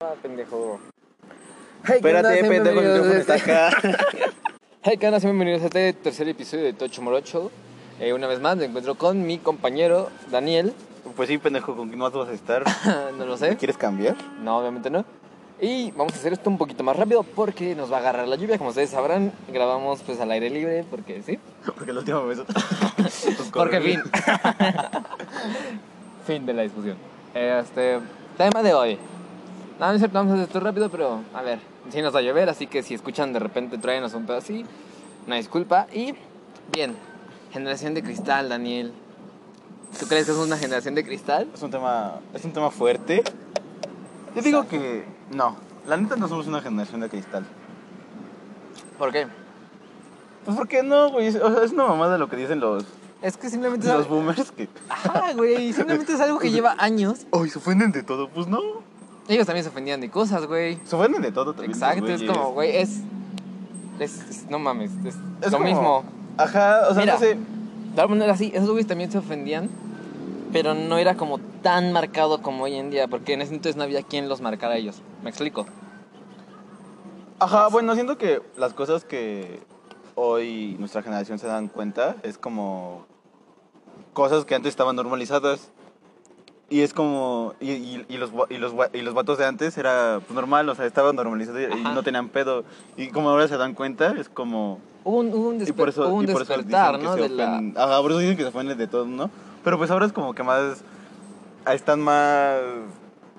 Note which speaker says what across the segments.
Speaker 1: Ah, pendejo.
Speaker 2: Hey, ¿qué onda?
Speaker 1: Espérate,
Speaker 2: Sean
Speaker 1: pendejo, el micrófono
Speaker 2: bienvenidos
Speaker 1: está
Speaker 2: a
Speaker 1: acá. este- Hey, ¿qué onda? Sean bienvenidos a este tercer episodio de Tocho Morocho. Eh, una vez más me encuentro con mi compañero Daniel.
Speaker 3: Pues sí, pendejo, ¿con quién más vas a estar?
Speaker 1: no lo sé.
Speaker 3: ¿Quieres cambiar?
Speaker 1: No, obviamente no. Y vamos a hacer esto un poquito más rápido porque nos va a agarrar la lluvia. Como ustedes sabrán, grabamos pues al aire libre porque sí.
Speaker 3: Porque la última vez. Pues
Speaker 1: Porque fin. fin de la discusión. Este, tema de hoy. No, no es cierto, vamos a hacer esto rápido, pero a ver, sí nos va a llover, así que si escuchan de repente tráenos un pedo así, una disculpa. Y bien, generación de cristal, Daniel. ¿Tú crees que es una generación de cristal?
Speaker 3: Es un tema, es un tema fuerte. Yo digo que no. La neta no somos una generación de cristal.
Speaker 1: ¿Por qué?
Speaker 3: Pues ¿por qué no, güey? O sea, es una mamada lo que dicen los,
Speaker 1: Es que simplemente es
Speaker 3: los
Speaker 1: algo,
Speaker 3: boomers que.
Speaker 1: Ajá, güey, simplemente es algo que lleva años.
Speaker 3: Hoy se ofenden de todo, pues no.
Speaker 1: Ellos también se ofendían de cosas, güey.
Speaker 3: Se ofenden de todo también. los
Speaker 1: Exacto, es
Speaker 3: güeyes.
Speaker 1: como, güey, es, es, es- No mames, es,
Speaker 3: Es
Speaker 1: lo
Speaker 3: como-
Speaker 1: mismo.
Speaker 3: Ajá, o sea,
Speaker 1: Mira.
Speaker 3: no sé.
Speaker 1: De alguna manera sí, esos güeyes también se ofendían, pero no era como tan marcado como hoy en día, porque en ese entonces no había quien los marcara a ellos. ¿Me explico?
Speaker 3: Ajá, bueno, siento que las cosas que hoy nuestra generación se dan cuenta es como cosas que antes estaban normalizadas. Y es como. Y, y- y los, gua- y, los, gua- y los vatos de antes era pues, normal, o sea, estaban normalizados y, y
Speaker 1: Ajá.
Speaker 3: no tenían pedo. Y como ahora se dan cuenta, es como.
Speaker 1: Hubo un, hubo un,
Speaker 3: Y
Speaker 1: despe-
Speaker 3: por eso,
Speaker 1: hubo un
Speaker 3: y por eso
Speaker 1: despertar,
Speaker 3: dicen que
Speaker 1: ¿no?
Speaker 3: se
Speaker 1: De la...
Speaker 3: ofenden- Ajá, por eso dicen que se ofenden de todo, ¿no? Pero pues ahora es como que más. ahí Están más.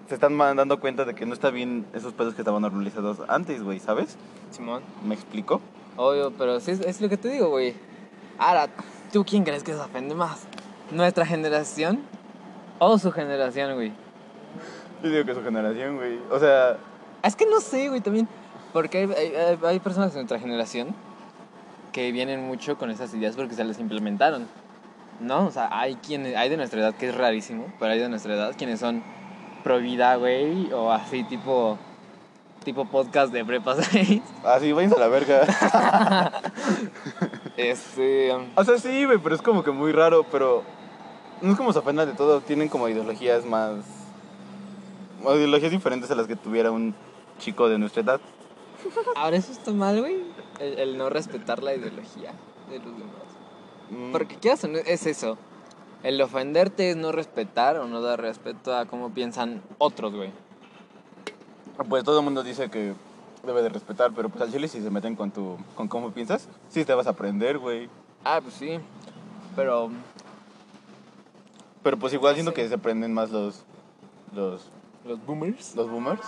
Speaker 3: Se están más dando cuenta de que no está bien esos pedos que estaban normalizados antes, güey, ¿sabes?
Speaker 1: Simón.
Speaker 3: ¿Me explico?
Speaker 1: Obvio, pero sí es, es lo que te digo, güey. Ahora, ¿tú quién crees que se ofende más? ¿Nuestra generación o su generación, güey?
Speaker 3: Yo digo que su generación, güey. O sea,
Speaker 1: Es que no sé, güey, también. Porque hay, hay- hay- hay personas de nuestra generación que vienen mucho con esas ideas porque se las implementaron. ¿No? O sea, hay quienes, hay de nuestra edad que es rarísimo, pero hay de nuestra edad quienes son pro vida, güey, o así tipo tipo podcast de prepa 6.
Speaker 3: así váyanse a la verga.
Speaker 1: Este,
Speaker 3: o sea, sí, güey, pero es como que muy raro, pero no es como se apenas de todo. Tienen como ideologías más. o Ideologías diferentes a las que tuviera un chico de nuestra edad.
Speaker 1: ahora eso está mal, güey, el, el no respetar la ideología de los demás.
Speaker 3: Mm,
Speaker 1: Porque quieras o no, es eso. El ofenderte es no respetar o no dar respeto a cómo piensan otros, güey.
Speaker 3: Pues todo el mundo dice que debe de respetar, pero pues al chile si se meten con tu. con cómo piensas, sí te vas a aprender, güey.
Speaker 1: Ah, pues sí. Pero
Speaker 3: Pero pues igual siento
Speaker 1: Sí.
Speaker 3: que se aprenden más los. los.
Speaker 1: los boomers.
Speaker 3: los boomers.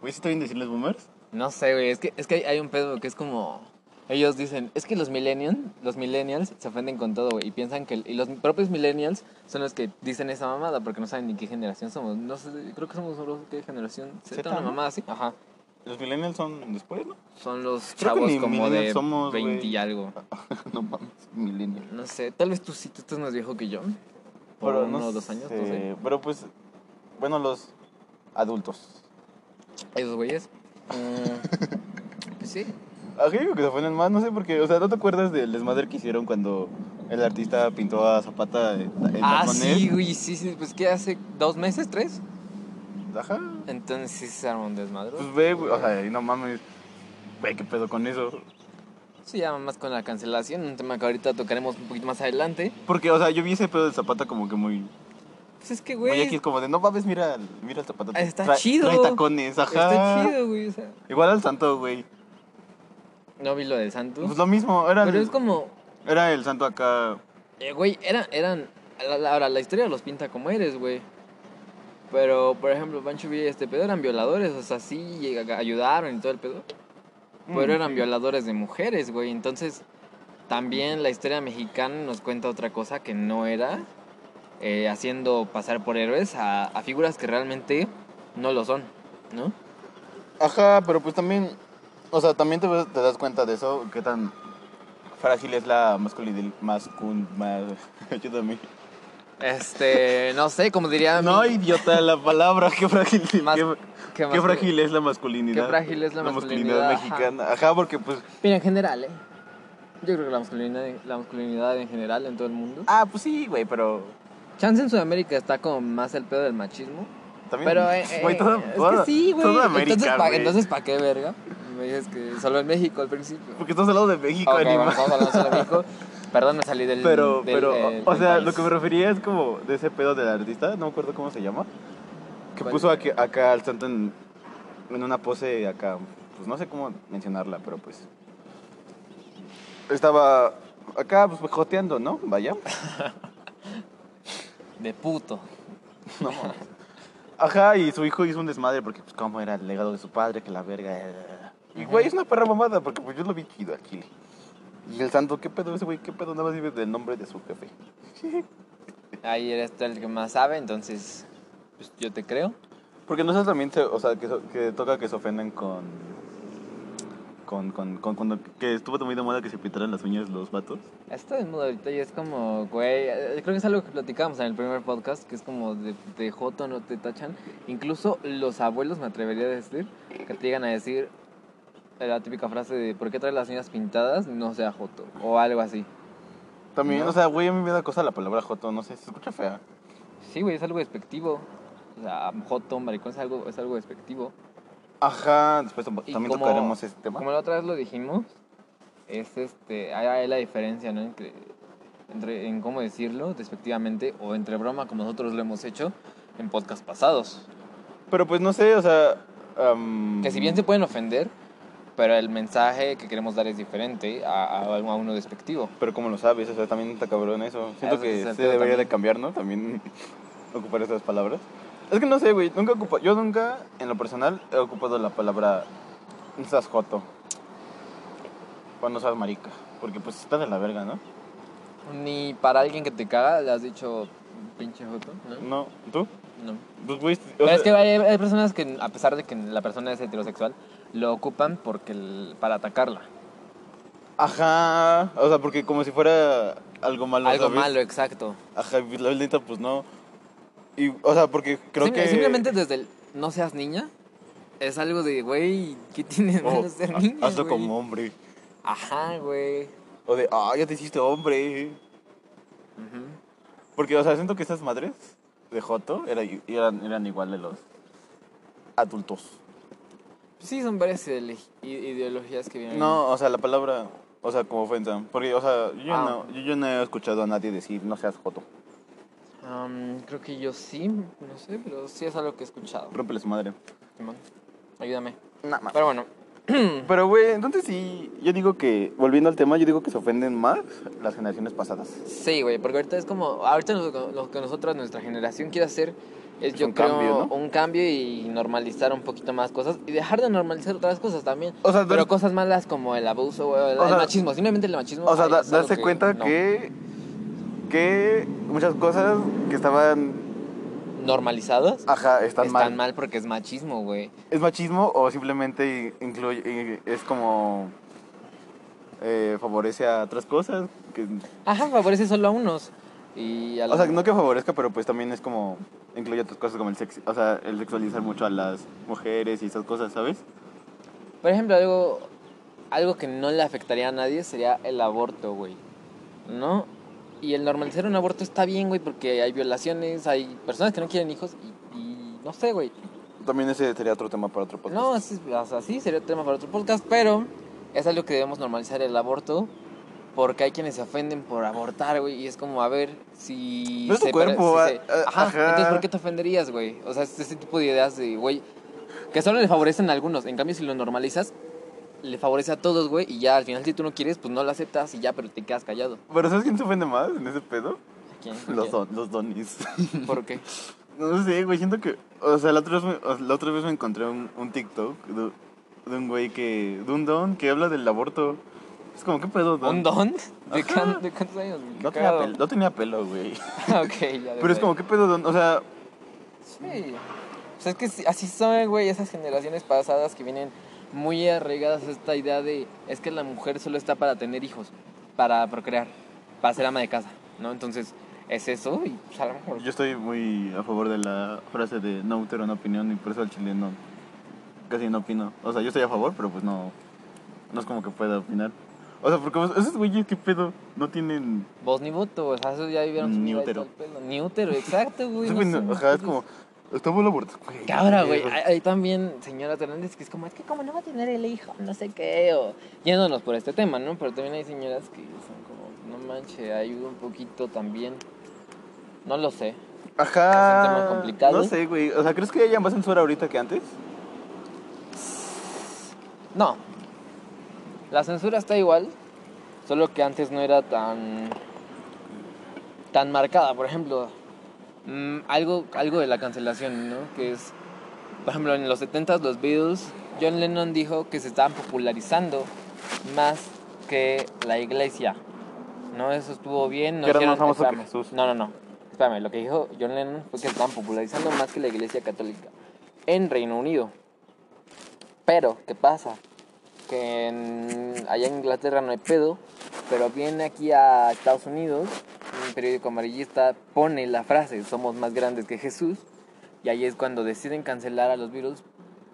Speaker 3: Güey, ¿sí está bien decirles boomers?
Speaker 1: No sé, güey. Es que, es que hay, hay un pedo que es como. Ellos dicen, es que los millennials, los millennials se ofenden con todo, güey. Y piensan que. Y los propios millennials son los que dicen esa mamada porque no saben ni qué generación somos. No sé, creo que somos solo qué generación. Z,
Speaker 3: Zeta,
Speaker 1: una
Speaker 3: ¿no?
Speaker 1: mamada así. Ajá.
Speaker 3: Los millennials son después, ¿no?
Speaker 1: Son los
Speaker 3: Creo que
Speaker 1: chavos
Speaker 3: ni
Speaker 1: como de
Speaker 3: millennials somos,
Speaker 1: 20 y
Speaker 3: güey.
Speaker 1: algo.
Speaker 3: no mames, millennials.
Speaker 1: No sé, tal vez tú sí, tú estás más viejo que yo. Por
Speaker 3: Pero
Speaker 1: uno o dos años, no sé.
Speaker 3: sé. Pero pues, bueno, los adultos.
Speaker 1: Esos güeyes. Mm, pues sí.
Speaker 3: ¿A qué digo que se ponen más? No sé por qué. O sea, ¿no te acuerdas del desmadre que hicieron cuando el artista pintó a Zapata en en
Speaker 1: Ah,
Speaker 3: tacones?
Speaker 1: sí, güey, sí, sí. Pues que hace dos meses, tres.
Speaker 3: Ajá.
Speaker 1: Entonces sí se armó un desmadre.
Speaker 3: Pues ve, güey. O sea, y no mames. Güey, qué pedo con eso.
Speaker 1: Se llama más con la cancelación, un tema que ahorita tocaremos un poquito más adelante.
Speaker 3: Porque, o sea, yo vi ese pedo de Zapata como que muy.
Speaker 1: Pues es que,
Speaker 3: Muy aquí
Speaker 1: güey,
Speaker 3: es como de, no mames, mira, al- mira al Zapata.
Speaker 1: Está
Speaker 3: Trae-
Speaker 1: chido.
Speaker 3: Trae tacones, ajá.
Speaker 1: está chido, güey. O sea,
Speaker 3: Igual al santo, güey.
Speaker 1: no vi lo del Santos.
Speaker 3: Pues lo mismo, era,
Speaker 1: pero
Speaker 3: el,
Speaker 1: es como,
Speaker 3: era el santo acá.
Speaker 1: eh, güey, eran, eran, la- la- ahora la historia los pinta como eres, güey. Pero, por ejemplo, Pancho Villa y este pedo eran violadores, o sea, sí, y a- ayudaron y todo el pedo. Pero
Speaker 3: Mm,
Speaker 1: eran
Speaker 3: sí.
Speaker 1: violadores de mujeres, güey. Entonces, también la historia mexicana nos cuenta otra cosa que no era, eh, haciendo pasar por héroes a, a figuras que realmente no lo son, ¿no?
Speaker 3: Ajá, pero pues también, o sea, también te, ves- te das cuenta de eso, qué tan frágil es la masculinidad, mascun, mas, ayúdame.
Speaker 1: Este, no sé, como diría. mi-
Speaker 3: Ah, No, idiota, la palabra, qué frágil,
Speaker 1: Mas-
Speaker 3: qué,
Speaker 1: ¿qué más
Speaker 3: qué
Speaker 1: que-
Speaker 3: frágil es la masculinidad.
Speaker 1: Qué frágil es la masculinidad, ajá.
Speaker 3: mexicana. Ajá. porque pues,
Speaker 1: Mira, en general, ¿eh? Yo creo que la masculinidad, la masculinidad en general en todo el mundo.
Speaker 3: ah, pues sí, güey, pero
Speaker 1: Chance en Sudamérica está como más el pedo del machismo.
Speaker 3: También.
Speaker 1: Pero, eh, eh,
Speaker 3: Güey, toda-
Speaker 1: es que
Speaker 3: toda-
Speaker 1: sí, güey.
Speaker 3: toda América,
Speaker 1: Entonces, ¿pa-
Speaker 3: güey.
Speaker 1: entonces, ¿para qué, verga? Me dices que solo en México al principio.
Speaker 3: Porque estamos hablando de México,
Speaker 1: Ok,
Speaker 3: anima.
Speaker 1: bueno, vamos a hablar solo de México. Perdón, me salí del.
Speaker 3: Pero,
Speaker 1: del- eh,
Speaker 3: pero,
Speaker 1: del-
Speaker 3: o
Speaker 1: del
Speaker 3: sea,
Speaker 1: país.
Speaker 3: lo que me refería es como de ese pedo del artista, no me acuerdo cómo se llama, que
Speaker 1: ¿Cuál?
Speaker 3: puso aquí- acá al santo en, en una pose acá, pues no sé cómo mencionarla, pero pues estaba acá pues joteando, ¿no? Vaya.
Speaker 1: De puto.
Speaker 3: No. Ajá, y su hijo hizo un desmadre porque pues cómo era el legado de su padre, que la verga. eh. Y güey, es una perra mamada porque pues yo lo vi chido al chile. Y el santo, ¿qué pedo ese güey? ¿Qué pedo? Nada más vive del nombre de su jefe.
Speaker 1: Ahí eres tú el que más sabe, entonces. Pues yo te creo.
Speaker 3: Porque nosotros también, se- o sea, que, so- que toca que se ofendan con... Con, con, con, cuando- que estuvo muy de moda que se pintaran las uñas los vatos.
Speaker 1: Esto de moda ahorita y es como, güey, eh, creo que es algo que platicamos en el primer podcast, que es como de, de joto no te tachan. Incluso los abuelos, me atrevería a decir, que te llegan a decir eh, la típica frase de ¿por qué traes las uñas pintadas? No sea joto, o algo así.
Speaker 3: También,
Speaker 1: No.
Speaker 3: o sea, güey, a mí me da cosa la palabra joto, no sé, se escucha fea.
Speaker 1: Sí, güey, es algo despectivo. O sea, joto, maricón, es algo, es algo despectivo.
Speaker 3: Ajá, después tam-
Speaker 1: Y
Speaker 3: también
Speaker 1: como-
Speaker 3: tocaremos ese tema.
Speaker 1: Como la otra vez lo dijimos, es este, hay, hay la diferencia, ¿no? Entre, entre- en cómo decirlo, despectivamente, o entre broma, como nosotros lo hemos hecho en podcast pasados.
Speaker 3: Pero pues no sé, o sea... am,
Speaker 1: Que si bien se pueden ofender, pero el mensaje que queremos dar es diferente a, a- a uno despectivo.
Speaker 3: Pero como lo sabes, o sea, también está cabrón eso. Siento
Speaker 1: Eso
Speaker 3: que
Speaker 1: es el
Speaker 3: se
Speaker 1: pedo
Speaker 3: debería de
Speaker 1: también.
Speaker 3: cambiar, ¿no? También ocupar esas palabras. Es que no sé, güey, nunca ocupa, yo nunca, en lo personal, he ocupado la palabra "No seas joto. Cuando seas marica. Porque pues está de la verga, ¿no?
Speaker 1: Ni para alguien que te caga le has dicho pinche joto, ¿no?
Speaker 3: No, ¿tú?
Speaker 1: No.
Speaker 3: Pues, güey, o
Speaker 1: Pero
Speaker 3: sea,
Speaker 1: es que hay, hay personas que, a pesar de que la persona es heterosexual, lo ocupan porque el- para atacarla.
Speaker 3: Ajá, o sea, porque como si fuera algo malo,
Speaker 1: Algo
Speaker 3: ¿sabes?
Speaker 1: malo, exacto.
Speaker 3: Ajá, y la neta, pues no. Y, o sea, porque creo
Speaker 1: Sim- eh,
Speaker 3: que...
Speaker 1: Simplemente desde el no seas niña, es algo de, güey, ¿qué tiene de
Speaker 3: Oh,
Speaker 1: malo ser
Speaker 3: ha-
Speaker 1: niña?
Speaker 3: hazlo
Speaker 1: güey?
Speaker 3: como hombre.
Speaker 1: Ajá, güey.
Speaker 3: O de, ah, ya te hiciste hombre.
Speaker 1: Ujú.
Speaker 3: Porque, o sea, siento que esas madres de Joto era- eran, eran igual de los adultos.
Speaker 1: Sí, son varias ideolo- i- ideologías que vienen.
Speaker 3: No, o sea, la palabra, o sea, como ofensa. Porque, o sea, yo,
Speaker 1: Ah.
Speaker 3: no, yo, yo no he escuchado a nadie decir no seas Joto.
Speaker 1: Am, creo que yo sí, no sé, pero sí es algo que he escuchado.
Speaker 3: Rómpele su madre.
Speaker 1: Simón, ayúdame.
Speaker 3: Nada más.
Speaker 1: Pero bueno,
Speaker 3: Mm. Pero, güey, entonces sí, yo digo que, volviendo al tema, yo digo que se ofenden más las generaciones pasadas.
Speaker 1: sí, güey, porque ahorita es como, ahorita lo, lo que nosotros, nuestra generación quiere hacer es,
Speaker 3: Es
Speaker 1: yo
Speaker 3: un
Speaker 1: creo,
Speaker 3: cambio, ¿no?
Speaker 1: un cambio y normalizar un poquito más cosas y dejar de normalizar otras cosas también.
Speaker 3: O sea,
Speaker 1: Pero
Speaker 3: dar-
Speaker 1: cosas malas como el abuso, güey, el,
Speaker 3: O
Speaker 1: el
Speaker 3: sea-
Speaker 1: machismo, simplemente el machismo.
Speaker 3: o sea,
Speaker 1: ay,
Speaker 3: da-
Speaker 1: es algo
Speaker 3: darse cuenta
Speaker 1: no,
Speaker 3: que, que muchas cosas que estaban,
Speaker 1: Normalizadas
Speaker 3: ajá, están,
Speaker 1: están
Speaker 3: mal.
Speaker 1: mal porque es machismo, güey.
Speaker 3: ¿Es machismo o simplemente incluye, es como eh, favorece a otras cosas? Que-
Speaker 1: Ajá, favorece solo a unos. Y a
Speaker 3: o sea,
Speaker 1: los-
Speaker 3: no que favorezca, pero pues también es como incluye otras cosas como el sexo, o sea, el sexualizar mucho a las mujeres y esas cosas, ¿sabes?
Speaker 1: Por ejemplo, algo, algo que no le afectaría a nadie sería el aborto, güey. ¿No? Y el normalizar un aborto está bien, güey, porque hay violaciones, hay personas que no quieren hijos y, y no sé, güey.
Speaker 3: También ese sería otro tema para otro podcast.
Speaker 1: No, así, o sea, sí, sería tema para otro podcast, pero es algo que debemos normalizar el aborto porque hay quienes se ofenden por abortar, güey, y es como, a ver, si...
Speaker 3: No es tu
Speaker 1: se pare-
Speaker 3: cuerpo,
Speaker 1: si
Speaker 3: ah,
Speaker 1: se-
Speaker 3: ah,
Speaker 1: Ajá,
Speaker 3: ajá.
Speaker 1: entonces, ¿por qué te ofenderías, güey? O sea, es ese tipo de ideas de, güey, que solo le favorecen a algunos, en cambio, si lo normalizas, le favorece a todos, güey, y ya al final, si tú no quieres, pues no lo aceptas y ya, pero te quedas callado.
Speaker 3: Pero ¿sabes quién se ofende más en ese pedo?
Speaker 1: ¿Quién?
Speaker 3: Los,
Speaker 1: ¿Quién?
Speaker 3: don- los donis.
Speaker 1: ¿Por qué?
Speaker 3: No sé, güey, siento que. O sea, la otra vez me, o sea, la otra vez me encontré un, un TikTok de, de un güey que. de un don que habla del aborto. Es como, ¿qué pedo, don?
Speaker 1: ¿Un don? ¿De,
Speaker 3: Ajá.
Speaker 1: can- de cuántos años?
Speaker 3: No tenía,
Speaker 1: Cagado.
Speaker 3: pelo, no tenía pelo, güey.
Speaker 1: ok, ya.
Speaker 3: Pero es
Speaker 1: desde
Speaker 3: como, ¿qué pedo, don? O sea,
Speaker 1: Sí. O sea, es que sí- así son, güey, esas generaciones pasadas que vienen muy arraigadas a esta idea de es que la mujer solo está para tener hijos, para procrear, para ser ama de casa, ¿no? Entonces, es eso y pues, a lo mejor
Speaker 3: yo estoy muy a favor de la frase de no utero, no opinión, y por eso al chile no. casi no opino. O sea, yo estoy a favor, pero pues no. no es como que pueda opinar. O sea, porque pues, esos güeyes, ¿qué pedo? No tienen.
Speaker 1: vos ni voto, o sea, esos ya vivieron
Speaker 3: Ni
Speaker 1: vida y
Speaker 3: útero.
Speaker 1: todo el pedo. Ni útero, exacto, güey.
Speaker 3: esos
Speaker 1: no
Speaker 3: güeyes
Speaker 1: sé,
Speaker 3: no-
Speaker 1: no
Speaker 3: ajá, es
Speaker 1: sé.
Speaker 3: como. Está muy aburrido.
Speaker 1: Cabra, güey.
Speaker 3: pues.
Speaker 1: Hay, hay también señoras grandes que es como, es que como no va a tener el hijo, no sé qué, o yéndonos por este tema, ¿no? Pero también hay señoras que son como, no manches, hay un poquito también. No lo sé.
Speaker 3: Ajá.
Speaker 1: Es un tema complicado.
Speaker 3: No sé, güey. O sea, ¿crees que haya más censura ahorita que antes?
Speaker 1: No. La censura está igual, solo que antes no era tan tan marcada, por ejemplo, mm, algo algo de la cancelación, ¿no? Que es por ejemplo en los 70s los Beatles, John Lennon dijo que se estaban popularizando más que la iglesia. No, eso estuvo bien, no
Speaker 3: Que eran
Speaker 1: hicieron-
Speaker 3: más famosos que
Speaker 1: espérame.
Speaker 3: Jesús.
Speaker 1: No, no, no. Espérame, lo que dijo John Lennon fue que se estaban popularizando más que la iglesia católica en Reino Unido. Pero, ¿qué pasa? Que en- allá en Inglaterra no hay pedo, pero viene aquí a Estados Unidos, un periódico amarillista pone la frase, somos más grandes que Jesús, y ahí es cuando deciden cancelar a los virus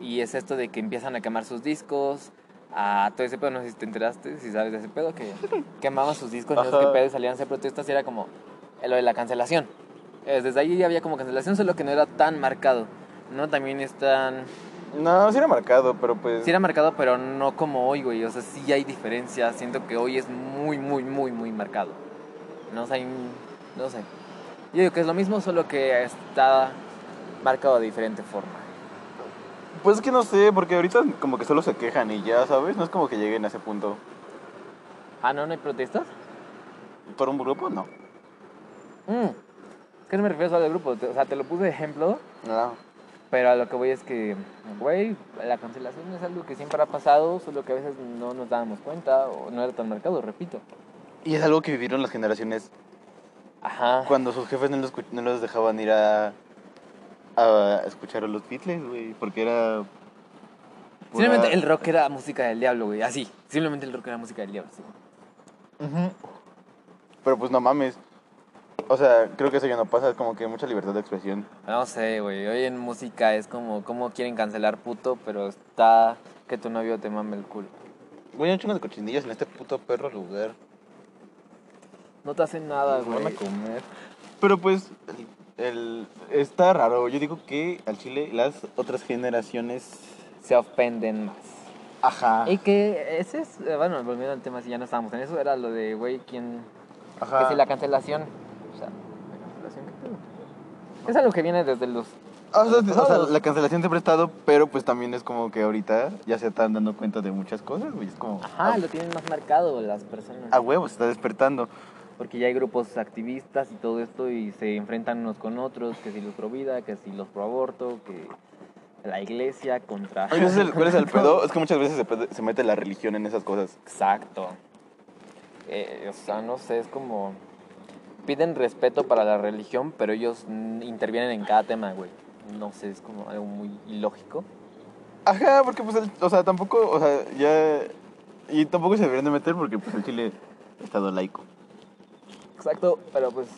Speaker 1: y es esto de que empiezan a quemar sus discos, a todo ese pedo, no sé si te enteraste, si sabes de ese pedo, que quemaban sus discos, no sé qué
Speaker 3: Ajá.
Speaker 1: pedo, y salían a hacer protestas y era como eh, lo de la cancelación. Eh, Desde ahí ya había como cancelación, solo que no era tan marcado. No, también están...
Speaker 3: No, sí era marcado, pero pues.
Speaker 1: Sí era marcado, pero no como hoy, güey. O sea, sí hay diferencia. Siento que hoy es muy, muy, muy, muy marcado. No sé, no sé. Yo digo que es lo mismo, solo que está marcado de diferente forma.
Speaker 3: Pues es que no sé, porque ahorita como que solo se quejan y ya, ¿sabes? No es como que lleguen a ese punto.
Speaker 1: Ah, ¿no? ¿No hay protestas?
Speaker 3: ¿Por un grupo? No.
Speaker 1: Mm. ¿Qué me refiero solo al grupo? Te- O sea, te lo puse de ejemplo,
Speaker 3: No.
Speaker 1: pero a lo que voy es que, güey, la cancelación es algo que siempre ha pasado, solo que a veces no nos dábamos cuenta o no era tan marcado, repito.
Speaker 3: Y es algo que vivieron las generaciones
Speaker 1: Ajá.
Speaker 3: cuando sus jefes no los, escu- no los dejaban ir a, a escuchar a los Beatles, güey, porque era... pura-
Speaker 1: Simplemente el rock era música del diablo, güey. Así. Simplemente el rock era música del diablo. sí.
Speaker 3: Pero pues no mames. O sea, creo que eso ya no pasa, es como que mucha libertad de expresión.
Speaker 1: No sé, güey. Hoy en música es como, ¿cómo quieren cancelar puto? Pero está que tu novio te mame el culo.
Speaker 3: Güey, han hecho unas cochinillas en este puto perro lugar.
Speaker 1: No te hacen nada,
Speaker 3: Nos
Speaker 1: güey.
Speaker 3: van a comer. Pero pues, el, el- está raro. Yo digo que al Chile las otras generaciones...
Speaker 1: Se ofenden más.
Speaker 3: Ajá.
Speaker 1: Y que ese es, eh, bueno, volviendo al tema, si ya no estábamos en eso, era lo de, güey, ¿quién?
Speaker 3: Ajá.
Speaker 1: Que si la cancelación. O sea, la cancelación, ¿qué pedo? Es algo que viene desde los
Speaker 3: O sea, o sea, la cancelación siempre ha estado, pero pues también es como que ahorita ya se están dando cuenta de muchas cosas, güey. Es como
Speaker 1: Ajá,
Speaker 3: a,
Speaker 1: ah, lo tienen más marcado las personas.
Speaker 3: a huevo, se está despertando.
Speaker 1: Porque ya hay grupos activistas y todo esto y se enfrentan unos con otros, que si los pro vida, que si los pro aborto, que la iglesia contra...
Speaker 3: Ay, ¿ves el- ¿Cuál es el pedo? Es que muchas veces se, pede- se mete la religión en esas cosas.
Speaker 1: Exacto. Eh, o sea, no sé, es como... Piden respeto para la religión, pero ellos mm, intervienen en cada tema, güey. No sé, es como algo muy ilógico.
Speaker 3: Ajá, porque pues, el- o sea, tampoco, o sea, ya... Y tampoco se deberían de meter porque pues el Chile ha estado laico.
Speaker 1: Exacto, pero pues...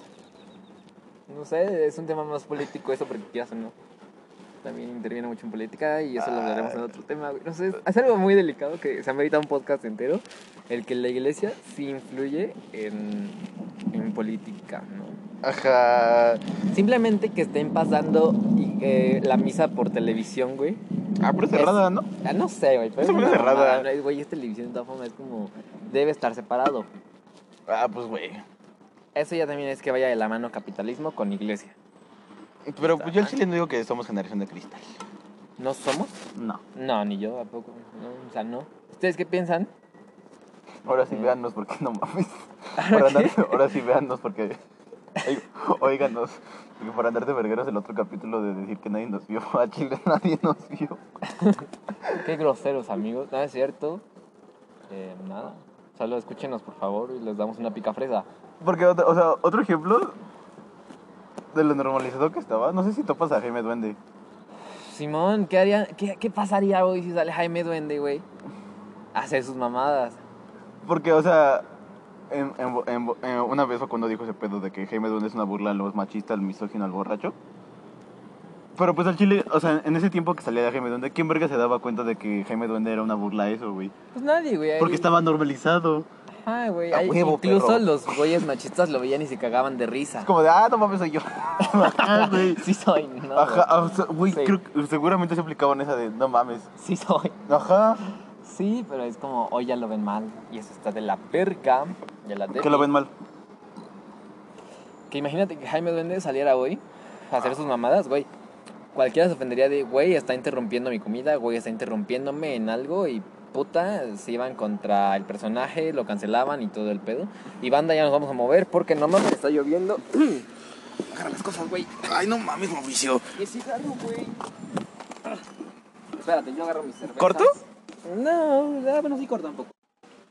Speaker 1: No sé, es un tema más político eso, porque quieras o no. También interviene mucho en política y eso lo hablaremos en otro tema. güey. No sé, es- es algo muy delicado que se amerita un podcast entero, el que la iglesia sí influye en, en política, ¿no?
Speaker 3: Ajá.
Speaker 1: Simplemente que estén pasando y, eh, la misa por televisión, güey.
Speaker 3: Ah, pero es cerrada, ¿no?
Speaker 1: Ah, no sé, güey. Pero
Speaker 3: Eso
Speaker 1: una
Speaker 3: fue cerrada.
Speaker 1: mamada, ¿no? Y, Güey, es televisión de todas formas, es como... Debe estar separado.
Speaker 3: Ah, pues güey.
Speaker 1: Eso ya también es que vaya de la mano capitalismo con iglesia.
Speaker 3: Pero pues yo al Chile no digo que somos generación de cristal.
Speaker 1: ¿No somos?
Speaker 3: No.
Speaker 1: No, ni yo tampoco. No, o sea, no. ¿Ustedes qué piensan?
Speaker 3: Ahora sí
Speaker 1: Mm.
Speaker 3: véannos porque no mames.
Speaker 1: ¿Ahora
Speaker 3: Por andar- ahora sí véannos porque. Ay, Óiganos. Porque por andar de vergueros el otro capítulo de decir que nadie nos vio. A Chile nadie nos vio.
Speaker 1: Qué groseros, amigos. No es cierto. Eh, nada. Solo escúchenos, por favor, y les damos una pica fresa.
Speaker 3: Porque, otra- o sea, otro ejemplo de lo normalizado que estaba. No sé si topas a Jaime Duende.
Speaker 1: Simón, ¿qué, haría, qué, qué pasaría hoy si sale Jaime Duende, güey? A Hacer sus mamadas.
Speaker 3: Porque, o sea. en- en- en- en- una vez fue cuando dijo ese pedo de que Jaime Duende es una burla a los machistas, al misógino, al borracho. Pero pues al chile, o sea, en ese tiempo que salía Jaime Duende, ¿quién verga se daba cuenta de que Jaime Duende era una burla a eso, güey?
Speaker 1: Pues nadie, güey. ahí-
Speaker 3: Porque estaba normalizado.
Speaker 1: Ajá, güey.
Speaker 3: A
Speaker 1: Hay-
Speaker 3: huevo,
Speaker 1: Incluso
Speaker 3: perro.
Speaker 1: los güeyes machistas lo veían y se cagaban de risa.
Speaker 3: Es como de, ah, no mames, soy yo. Ajá, güey.
Speaker 1: Sí soy, ¿no?
Speaker 3: Ajá,
Speaker 1: güey?
Speaker 3: ah, o sea, güey,
Speaker 1: Sí.
Speaker 3: creo que seguramente se aplicaban esa de, no mames.
Speaker 1: Sí soy.
Speaker 3: Ajá.
Speaker 1: Sí, pero es como, hoy ya lo ven mal. Y eso está de la perca. De la
Speaker 3: Que lo ven mal.
Speaker 1: Que imagínate que Jaime Duende saliera hoy a hacer sus mamadas, güey. Cualquiera se ofendería de, güey, está interrumpiendo mi comida, güey, está interrumpiéndome en algo y puta, se iban contra el personaje, lo cancelaban y todo el pedo. Y banda, ya nos vamos a mover porque no mames, está lloviendo.
Speaker 3: Agarra las cosas, güey. Ay, no mames, Mauricio.
Speaker 1: ¿Qué cigarro, güey? Ah. Espérate, yo agarro mi cerveza.
Speaker 3: ¿Corto?
Speaker 1: No, ah, bueno, sí corto un poco.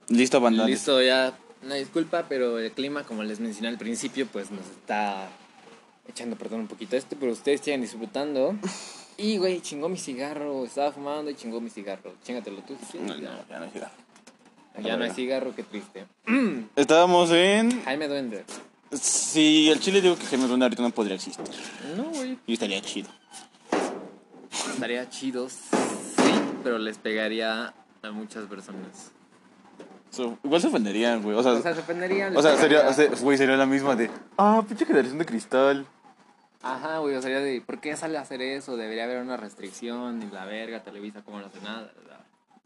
Speaker 3: Listo, banda.
Speaker 1: Listo, ya. Una disculpa, pero el clima, como les mencioné al principio, pues nos está echando perdón un poquito este, pero ustedes sigan disfrutando. Y, güey, chingó mi cigarro, estaba fumando y chingó mi cigarro. Chingatelo tú si
Speaker 3: No,
Speaker 1: quieres.
Speaker 3: no, ya no llega.
Speaker 1: ya no hay cigarro, qué triste.
Speaker 3: Estábamos en.
Speaker 1: Jaime Duende.
Speaker 3: Si el chile digo que Jaime Luna ahorita no podría existir.
Speaker 1: No, güey,
Speaker 3: Y estaría chido.
Speaker 1: estaría chido, sí, pero les pegaría a muchas personas.
Speaker 3: So, igual se ofenderían, güey. O sea,
Speaker 1: O sea, se ofenderían.
Speaker 3: o sea,
Speaker 1: les
Speaker 3: sería,
Speaker 1: pegaría.
Speaker 3: se- güey, sería la misma de. Ah, pinche generación de cristal.
Speaker 1: Ajá, güey, o sea, de, ¿por qué sale a hacer eso? Debería haber una restricción y la verga, Televisa, como no hace nada. ¿verdad?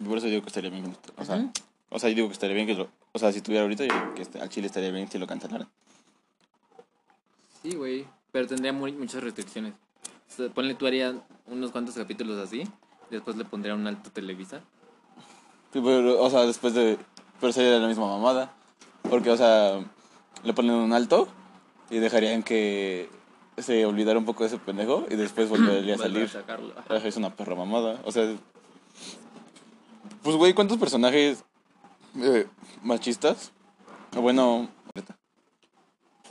Speaker 3: Por eso digo que estaría bien. que no- O sea,
Speaker 1: Ujú.
Speaker 3: o sea, yo digo que estaría bien que lo. O sea, si estuviera ahorita, yo digo que este- al chile estaría bien si lo cancelaran.
Speaker 1: Sí, güey, pero tendría muy- muchas restricciones. O sea, ponle, tú harías unos cuantos capítulos así, después le pondría un alto Televisa.
Speaker 3: Sí, pero, o sea, después de. Pero sería la misma mamada. Porque, o sea, le ponen un alto y dejarían que se olvidara un poco de ese pendejo y después volvería
Speaker 1: Vuelve
Speaker 3: a salir.
Speaker 1: sacarlo. Ajá.
Speaker 3: Ajá, Es una perra mamada. O sea. Pues, güey, ¿cuántos personajes eh, machistas? O Bueno,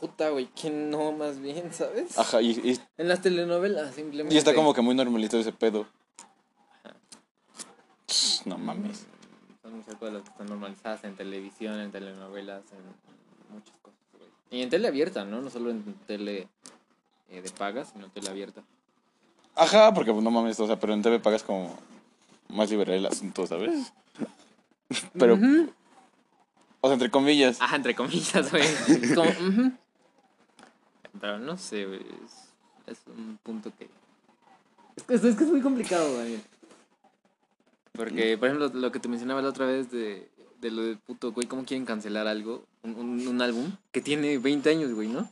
Speaker 1: Puta, güey, que no más bien, ¿sabes?
Speaker 3: ajá, y, y-
Speaker 1: En las telenovelas, simplemente.
Speaker 3: y está como que muy normalizado ese pedo. Ch, No mames.
Speaker 1: Son muchas cosas las que están normalizadas en televisión, en telenovelas, en muchas cosas, güey. Y en tele abierta, ¿no? No solo en tele eh, de paga, sino tele abierta.
Speaker 3: Ajá, porque pues, no mames, o sea, pero en TV pagas como más liberal el asunto, ¿sabes? Pero, o sea, entre comillas.
Speaker 1: Ajá, entre comillas, güey. Es como, ujú. Pero no sé, güey. Es, es un punto que. Es que es, que es muy complicado, Daniel. Porque, por ejemplo, lo que te mencionaba la otra vez de, de lo del puto, güey, ¿cómo quieren cancelar algo? Un, un, un álbum que tiene 20 años, güey, ¿no?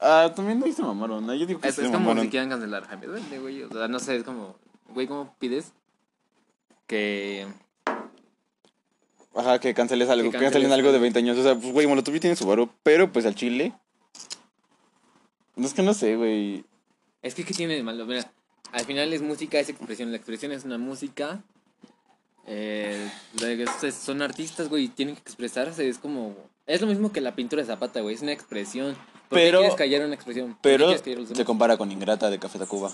Speaker 3: Ah, también ahí se mamaron, ¿no? Yo digo que
Speaker 1: Es,
Speaker 3: sí
Speaker 1: es
Speaker 3: se
Speaker 1: como si
Speaker 3: mamaron.
Speaker 1: quieran cancelar Jaime Duende, güey. O sea, no sé, es como, güey, ¿cómo pides que.
Speaker 3: Ajá, que canceles algo, que,
Speaker 1: canceles
Speaker 3: cancelen algo de
Speaker 1: algo.
Speaker 3: 20 años. O sea, pues, güey, Molotov ya tiene su varo, pero pues al chile. No es que no sé, güey.
Speaker 1: Es que, ¿qué tiene de malo? Mira, al final es música, es expresión. La expresión es una música. Eh, lo de que ustedes son artistas, güey, y tienen que expresarse. Es como. Es lo mismo que la pintura de Zapata, güey. Es una expresión. ¿Por
Speaker 3: Pero-
Speaker 1: qué quieres callar una expresión? ¿Por qué
Speaker 3: Pero
Speaker 1: quieres callar a los
Speaker 3: se
Speaker 1: demás?
Speaker 3: compara con Ingrata de Café Tacuba.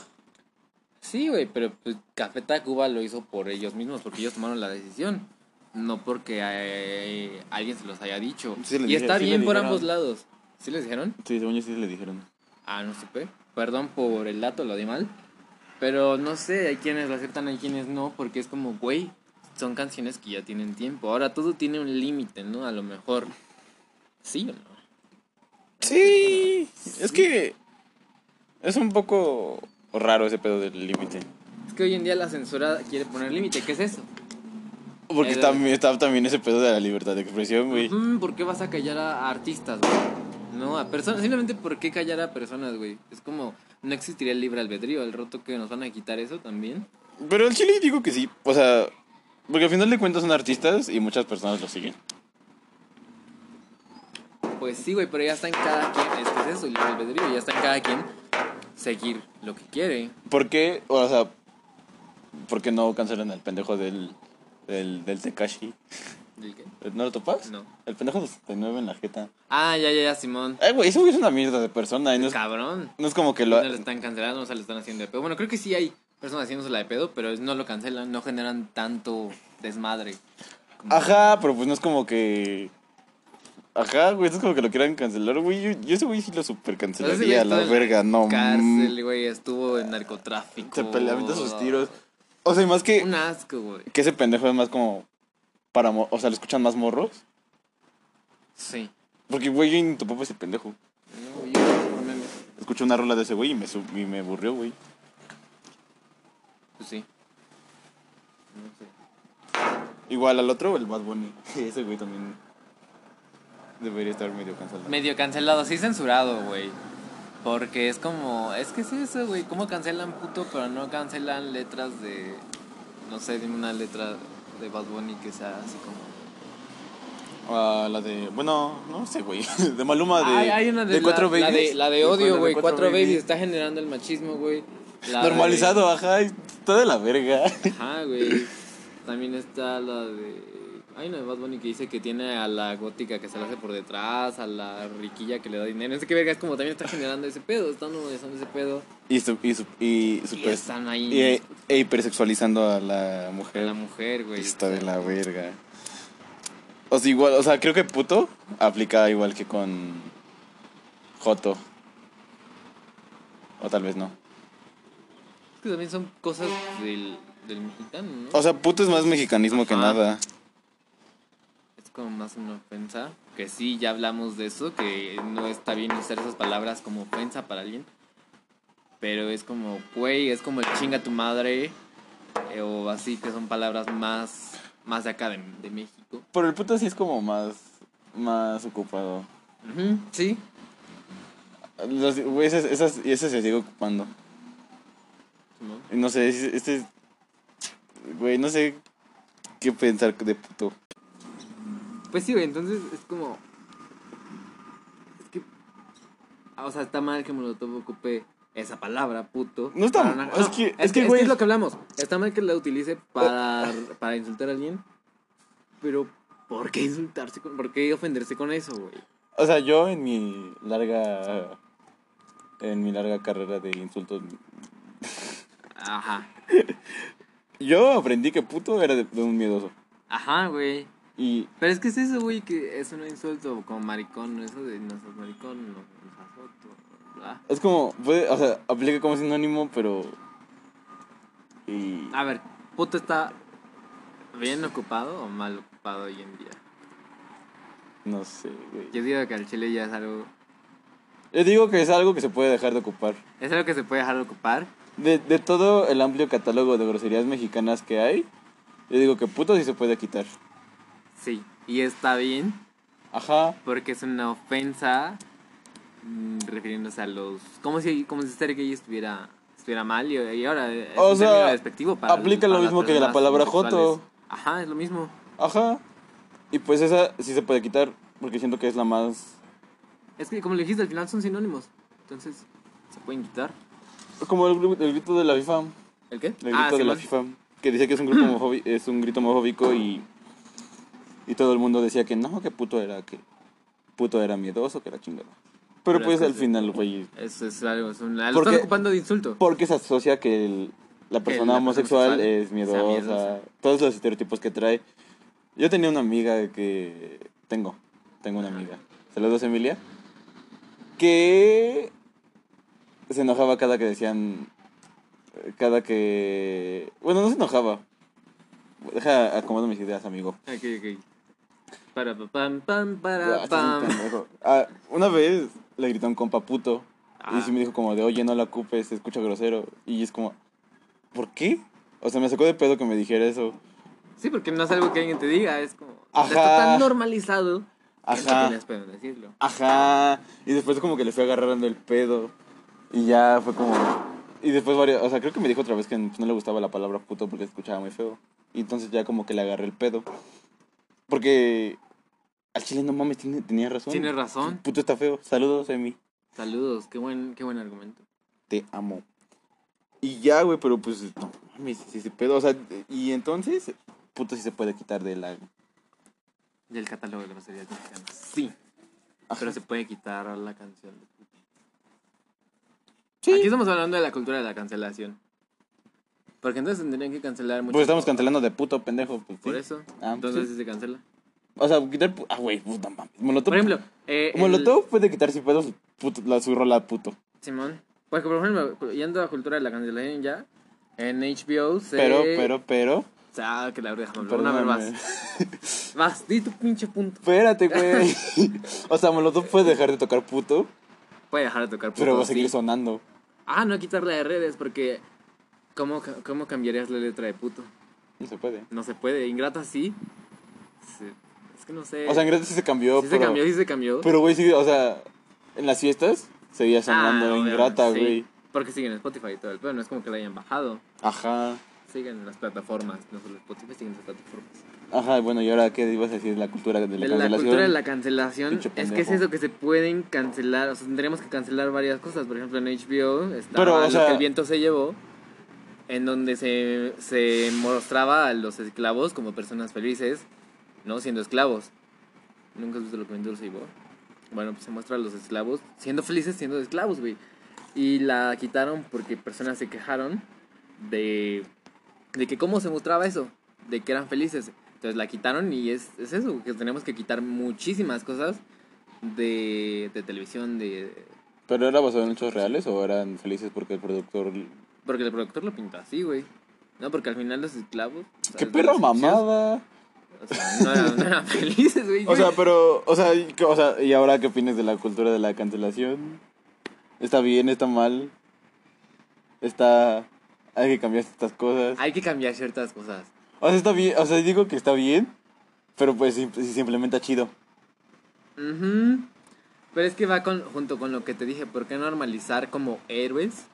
Speaker 1: Sí, güey, pero pues, Café Tacuba lo hizo por ellos mismos, porque ellos tomaron la decisión. No porque eh, alguien se los haya dicho.
Speaker 3: Sí le
Speaker 1: y
Speaker 3: dije-
Speaker 1: está
Speaker 3: sí le
Speaker 1: bien por
Speaker 3: dijeron.
Speaker 1: ambos lados. ¿Sí les dijeron?
Speaker 3: Sí, según yo sí le dijeron.
Speaker 1: Ah, no supe. Perdón por el dato, lo di mal. Pero no sé, hay quienes lo aceptan, hay quienes no, porque es como, güey, son canciones que ya tienen tiempo. Ahora todo tiene un límite, ¿no? A lo mejor. ¿Sí o no?
Speaker 3: Sí, es que es un poco raro ese pedo del límite.
Speaker 1: Es que hoy en día la censura quiere poner límite, ¿qué es eso?
Speaker 3: Porque
Speaker 1: Eh,
Speaker 3: está,
Speaker 1: dale.
Speaker 3: está también ese pedo de la libertad de expresión, güey.
Speaker 1: Ujú, Mm, ¿Por qué vas a callar a a artistas, güey? No, a personas. Simplemente por qué callar a personas, güey. Es como, no existiría el libre albedrío. El roto que nos van a quitar eso también.
Speaker 3: Pero al chile digo que sí, o sea, porque al final de cuentas son artistas y muchas personas lo siguen.
Speaker 1: Pues sí, güey, pero ya está en cada quien, es que es eso, el libre albedrío, ya está en cada quien seguir lo que quiere.
Speaker 3: ¿Por qué, o sea, por qué no cancelan al pendejo del, del, del Tekashi?
Speaker 1: ¿El qué?
Speaker 3: ¿No lo topas?
Speaker 1: No.
Speaker 3: El pendejo de 79 en la jeta.
Speaker 1: Ah, ya, ya, ya, Simón.
Speaker 3: Eh, güey, ese güey es una mierda de persona y no es,
Speaker 1: Cabrón.
Speaker 3: no es como que lo...
Speaker 1: No lo están cancelando, no se lo están haciendo de pedo. Bueno, creo que sí hay personas haciéndosela de pedo, pero no lo cancelan, no generan tanto desmadre.
Speaker 3: Ajá, pero pues no es como que. Ajá, güey, no es como que lo quieran cancelar, güey. Yo, yo ese güey sí lo super
Speaker 1: Entonces, Pues güey,
Speaker 3: cancelaría, la
Speaker 1: estuvo en
Speaker 3: verga, no. mm.
Speaker 1: Cárcel, güey, estuvo en narcotráfico.
Speaker 3: se peleaban de sus tiros. O sea, y más que,
Speaker 1: Un asco, güey.
Speaker 3: que ese pendejo es más como. Para, mo- o sea, lo escuchan más morros.
Speaker 1: Sí.
Speaker 3: Porque, güey, yo Intopop es el pendejo.
Speaker 1: No, yo no mames.
Speaker 3: Escuché una rola de ese güey y me, sub- y me aburrió, güey.
Speaker 1: Pues sí. No sé.
Speaker 3: Igual al otro, el Bad Bunny. Ese güey también debería estar medio cancelado.
Speaker 1: Medio cancelado, sí censurado, güey. Porque es como, es que es eso, güey. ¿Cómo cancelan puto, pero no cancelan letras de, no sé, dime una letra de Bad Bunny que sea así como...
Speaker 3: Ah, la de. Bueno, no sé, güey. De Maluma, Ah, de.
Speaker 1: Ay, hay una de, la-
Speaker 3: cuatro
Speaker 1: la,
Speaker 3: babies.
Speaker 1: de, la de odio, güey. Cuatro,
Speaker 3: Babies.
Speaker 1: babies. está generando el machismo, güey. La
Speaker 3: Normalizado, ajá. Está de la verga.
Speaker 1: de- ajá, güey. También está la de... Hay una de Bad Bunny que dice que tiene a la gótica que se la hace por detrás, a la riquilla que le da dinero. No sé qué verga, es como también está generando ese pedo, está normalizando ese pedo.
Speaker 3: Y, su- y, su- y
Speaker 1: Y
Speaker 3: super.
Speaker 1: están ahí.
Speaker 3: y, eh, e hipersexualizando a la
Speaker 1: A
Speaker 3: mujer.
Speaker 1: la mujer, güey.
Speaker 3: Está de la verga. O sea, igual, o sea, creo que puto aplica igual que con Joto. O tal vez no.
Speaker 1: Es que también son cosas del, del mexicano, ¿no?
Speaker 3: O sea, puto es más mexicanismo que
Speaker 1: Ajá.
Speaker 3: nada.
Speaker 1: es como más una ofensa. Que sí, ya hablamos de eso, que no está bien usar esas palabras como ofensa para alguien. Pero es como, güey, es como el chinga tu madre. eh, o así, que son palabras más, más de acá de, de México.
Speaker 3: Pero el puto sí es como más, más ocupado.
Speaker 1: Ujú, sí.
Speaker 3: Los, güey, esas, esas- y ese se sigue ocupando.
Speaker 1: ¿no?
Speaker 3: Y No sé, es- este. Güey, no sé qué pensar de puto.
Speaker 1: Pues sí, güey, entonces es como. Es que. ah, O sea, está mal que Molotov ocupe esa palabra, puto.
Speaker 3: No está
Speaker 1: para
Speaker 3: mal,
Speaker 1: una-
Speaker 3: es que- es que,
Speaker 1: es
Speaker 3: güey,
Speaker 1: es lo que hablamos. Está mal que la utilice para, para insultar a alguien. Pero, ¿por qué insultarse? Con, ¿Por qué ofenderse con eso, güey?
Speaker 3: O sea, yo en mi larga. En mi larga carrera de insultos
Speaker 1: Ajá.
Speaker 3: Yo aprendí que puto era de, de un miedoso.
Speaker 1: Ajá, güey.
Speaker 3: Y
Speaker 1: Pero es que es eso, güey, que es un insulto como maricón, ¿no? Eso de no sos maricón, no sos joto, bla.
Speaker 3: es como, puede, o sea, aplica como sinónimo, pero. Y.
Speaker 1: A ver, puto está bien ocupado o mal ocupado hoy en día.
Speaker 3: No sé, güey.
Speaker 1: Yo digo que al chile ya es algo,
Speaker 3: Yo digo que es algo que se puede dejar de ocupar.
Speaker 1: es algo que se puede dejar de ocupar.
Speaker 3: De, de todo el amplio catálogo de groserías mexicanas que hay, yo digo que puto sí se puede quitar.
Speaker 1: Sí, y está bien
Speaker 3: Ajá.
Speaker 1: porque es una ofensa mm, refiriéndose a los como si como si ser gay estuviera estuviera mal y, y ahora es
Speaker 3: O
Speaker 1: un
Speaker 3: sea,
Speaker 1: término despectivo para
Speaker 3: aplica lo
Speaker 1: para las
Speaker 3: mismo que la
Speaker 1: personas
Speaker 3: palabra
Speaker 1: homosexuales.
Speaker 3: joto.
Speaker 1: Ajá, es lo mismo.
Speaker 3: Ajá. Y pues esa sí se puede quitar, porque siento que es la más.
Speaker 1: Es que como le dijiste al final son sinónimos. Entonces, se pueden quitar.
Speaker 3: Como el, gru- el grito de la FIFA.
Speaker 1: ¿El qué? Ah,
Speaker 3: El grito de
Speaker 1: Simón.
Speaker 3: la FIFA. Que decía que es un, grupo homofóbi- es un grito homofóbico y, y todo el mundo decía que no, que puto era, que puto era miedoso, que era chingado. Pero
Speaker 1: Pero
Speaker 3: pues
Speaker 1: es que
Speaker 3: al
Speaker 1: sí.
Speaker 3: final, güey,
Speaker 1: Eso es algo, es una lo
Speaker 3: Porque-
Speaker 1: están ocupando de insulto.
Speaker 3: porque se asocia que el-
Speaker 1: Que la
Speaker 3: la persona
Speaker 1: persona
Speaker 3: homosexual
Speaker 1: homosexual
Speaker 3: es
Speaker 1: sea
Speaker 3: miedosa,
Speaker 1: miedosa.
Speaker 3: todos los estereotipos que trae. Yo tenía una amiga que tengo, tengo una amiga. Saludos Emilia. Que se enojaba cada que decían cada que bueno, no se enojaba. Deja acomodo mis ideas, amigo.
Speaker 1: Ok, ok. Para pa, pam pam
Speaker 3: Ah,
Speaker 1: para
Speaker 3: estás
Speaker 1: pam.
Speaker 3: un pendejo. Ah, una vez le gritó a un compa puto.
Speaker 1: Ah.
Speaker 3: Y sí me dijo como de, oye, no la ocupes, se escucha grosero. Y es como, ¿por qué? O sea, me sacó de pedo que me dijera eso.
Speaker 1: Sí, porque no es algo que alguien te diga, es como
Speaker 3: Ajá.
Speaker 1: está tan normalizado que no
Speaker 3: Ajá.
Speaker 1: tienes pedo en decirlo.
Speaker 3: Ajá. Y después como que le fue agarrando el pedo. Y ya fue como... Y después varias... O sea, creo que me dijo otra vez que pues, no le gustaba la palabra puto porque escuchaba muy feo. Y entonces ya como que le agarré el pedo. Porque... Al chile no mames, tiene- tenía razón.
Speaker 1: Tienes razón.
Speaker 3: Puto está feo. Saludos, Emi.
Speaker 1: Saludos, qué buen qué buen argumento.
Speaker 3: te amo. Y ya, güey, pero pues no mames, si se pedo, o sea, y entonces, puto si se puede quitar de la...
Speaker 1: Del catálogo de groserías mexicanas. Sí. Pero se puede quitar la canción. Aquí estamos hablando de la cultura de la cancelación. Porque entonces tendrían que cancelar mucho.
Speaker 3: Pues estamos cancelando de puto pendejo, pues,
Speaker 1: Por
Speaker 3: sí.
Speaker 1: eso.
Speaker 3: Ah,
Speaker 1: entonces
Speaker 3: sí.
Speaker 1: sí se cancela.
Speaker 3: O sea, quitar... pu- Ah, güey, puta mames. Molotov.
Speaker 1: Por ejemplo, eh, el-
Speaker 3: Molotov puede quitar sin pedos puto, la, su rola puto.
Speaker 1: Simón. pues, Porque por ejemplo, yendo a cultura de la cancelación ya, en HBO se,
Speaker 3: Pero, pero, pero...
Speaker 1: Ah, que la verga, Pablo. Una
Speaker 3: Perdóname.
Speaker 1: vez más. Más, di tu pinche punto.
Speaker 3: Espérate, güey. o sea, Molotov puede dejar de tocar puto,
Speaker 1: Puede dejar de tocar
Speaker 3: pero
Speaker 1: puto,
Speaker 3: va a seguir
Speaker 1: sí.
Speaker 3: sonando.
Speaker 1: Ah, no quitarla de redes porque. ¿cómo, ca- ¿Cómo cambiarías la letra de puto?
Speaker 3: No se puede.
Speaker 1: No se puede. Ingrata sí. Sí. Es que no sé.
Speaker 3: O sea, en Grecia sí se cambió,
Speaker 1: sí se
Speaker 3: pero...
Speaker 1: cambió, Pues, sí se cambió. Ah,
Speaker 3: Pero, güey, sí, o sea, en las fiestas seguía sonando
Speaker 1: obviamente,
Speaker 3: ingrata,
Speaker 1: sí,
Speaker 3: güey.
Speaker 1: Porque siguen en Spotify y todo el pedo, no es como que la hayan bajado.
Speaker 3: Ajá.
Speaker 1: Siguen en las plataformas, no solo Spotify, siguen en las plataformas.
Speaker 3: Ajá, bueno, y ahora, ¿qué ibas a decir? La cultura de la,
Speaker 1: La,
Speaker 3: cancelación.
Speaker 1: cultura de la cancelación
Speaker 3: Pinche
Speaker 1: es que es
Speaker 3: pendejo.
Speaker 1: eso que se pueden cancelar, o sea, tendríamos que cancelar varias cosas. Por ejemplo, en HBO estaba
Speaker 3: Pero, o
Speaker 1: lo
Speaker 3: sea-
Speaker 1: que el viento se llevó, en donde se, se mostraba a los esclavos como personas felices, ¿no? Siendo esclavos. ¿Nunca has visto lo que el viento se llevó? Bueno, pues se muestra a los esclavos siendo felices, siendo esclavos, güey. Y la quitaron porque personas se quejaron de, de que cómo se mostraba eso, de que eran felices. Entonces la quitaron y es, es eso, que tenemos que quitar muchísimas cosas de, de televisión, de
Speaker 3: ¿Pero era basado en hechos reales o eran felices porque el productor...
Speaker 1: porque el productor lo pintó así, güey. No, porque al final los esclavos... o sea,
Speaker 3: ¡Qué
Speaker 1: los
Speaker 3: perra
Speaker 1: egipcios,
Speaker 3: mamada!
Speaker 1: O sea, no eran, no eran felices, güey.
Speaker 3: O sea, pero, o sea, y, o sea, ¿y ahora qué opinas de la cultura de la cancelación? ¿Está bien? ¿Está mal? ¿Está... Hay que cambiar estas cosas?
Speaker 1: Hay que cambiar ciertas cosas.
Speaker 3: O sea, está bien, o sea, digo que está bien, pero pues si, si se implementa chido.
Speaker 1: Ujú. Pero es que va con, junto con lo que te dije, ¿por qué normalizar como héroes